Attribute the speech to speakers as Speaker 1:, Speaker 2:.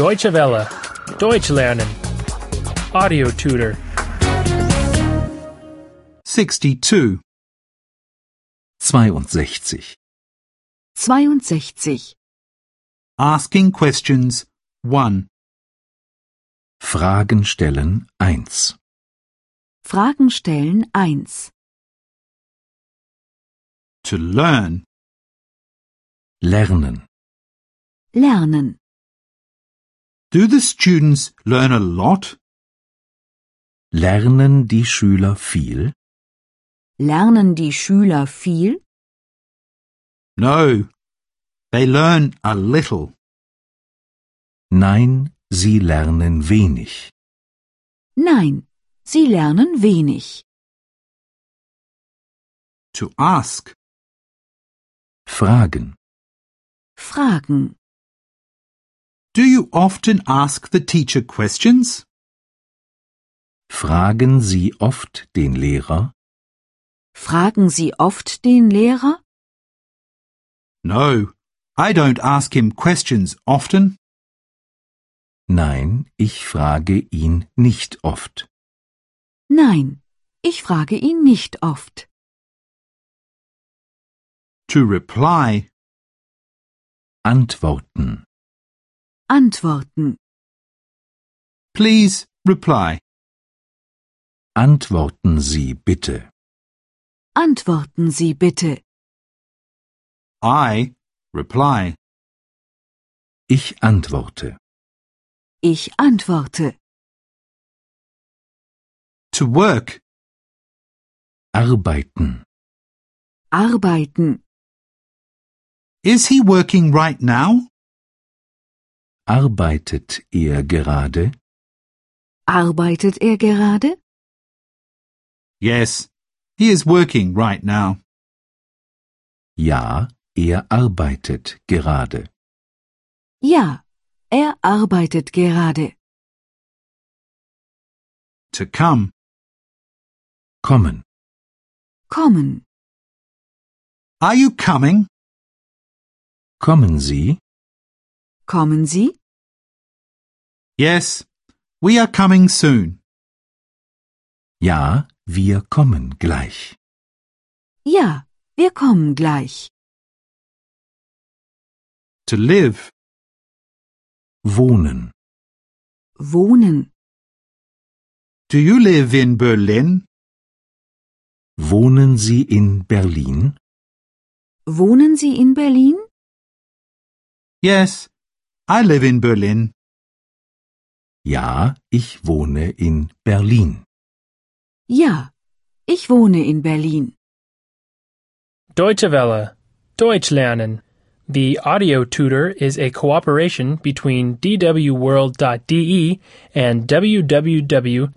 Speaker 1: Deutsche Welle. Deutsch lernen. Audio tutor.
Speaker 2: 62. 62.
Speaker 3: 62.
Speaker 2: Asking questions 1. Fragen stellen 1.
Speaker 3: Fragen stellen 1.
Speaker 2: To learn. Lernen.
Speaker 3: Lernen.
Speaker 2: Do the students learn a lot? Lernen die Schüler viel?
Speaker 3: Lernen die Schüler viel?
Speaker 2: No. They learn a little. Nein, sie lernen wenig.
Speaker 3: Nein, sie lernen wenig.
Speaker 2: To ask. Fragen.
Speaker 3: Fragen.
Speaker 2: Do you often ask the teacher questions? Fragen Sie oft den Lehrer?
Speaker 3: Fragen Sie oft den Lehrer?
Speaker 2: No, I don't ask him questions often. Nein, ich frage ihn nicht oft.
Speaker 3: Nein, ich frage ihn nicht oft.
Speaker 2: To reply. Antworten.
Speaker 3: Antworten.
Speaker 2: Please reply. Antworten Sie bitte.
Speaker 3: Antworten Sie bitte.
Speaker 2: I reply. Ich antworte.
Speaker 3: Ich antworte.
Speaker 2: To work. Arbeiten.
Speaker 3: Arbeiten.
Speaker 2: Is he working right now? Arbeitet er gerade?
Speaker 3: Arbeitet er gerade?
Speaker 2: Yes, he is working right now. Ja, er arbeitet gerade.
Speaker 3: Ja, er arbeitet gerade.
Speaker 2: To come. Kommen.
Speaker 3: Kommen.
Speaker 2: Are you coming? Kommen Sie?
Speaker 3: Kommen Sie?
Speaker 2: Yes, we are coming soon. Ja, wir kommen gleich.
Speaker 3: Ja, wir kommen gleich.
Speaker 2: To live. Wohnen.
Speaker 3: Wohnen.
Speaker 2: Do you live in Berlin? Wohnen Sie in Berlin?
Speaker 3: Wohnen Sie in Berlin?
Speaker 2: Yes, I live in Berlin. Ja, ich wohne in Berlin.
Speaker 3: Ja, ich wohne in Berlin.
Speaker 1: Deutsche Welle. Deutsch lernen. The audio tutor is a cooperation between E dwworld.de and www.book2.de.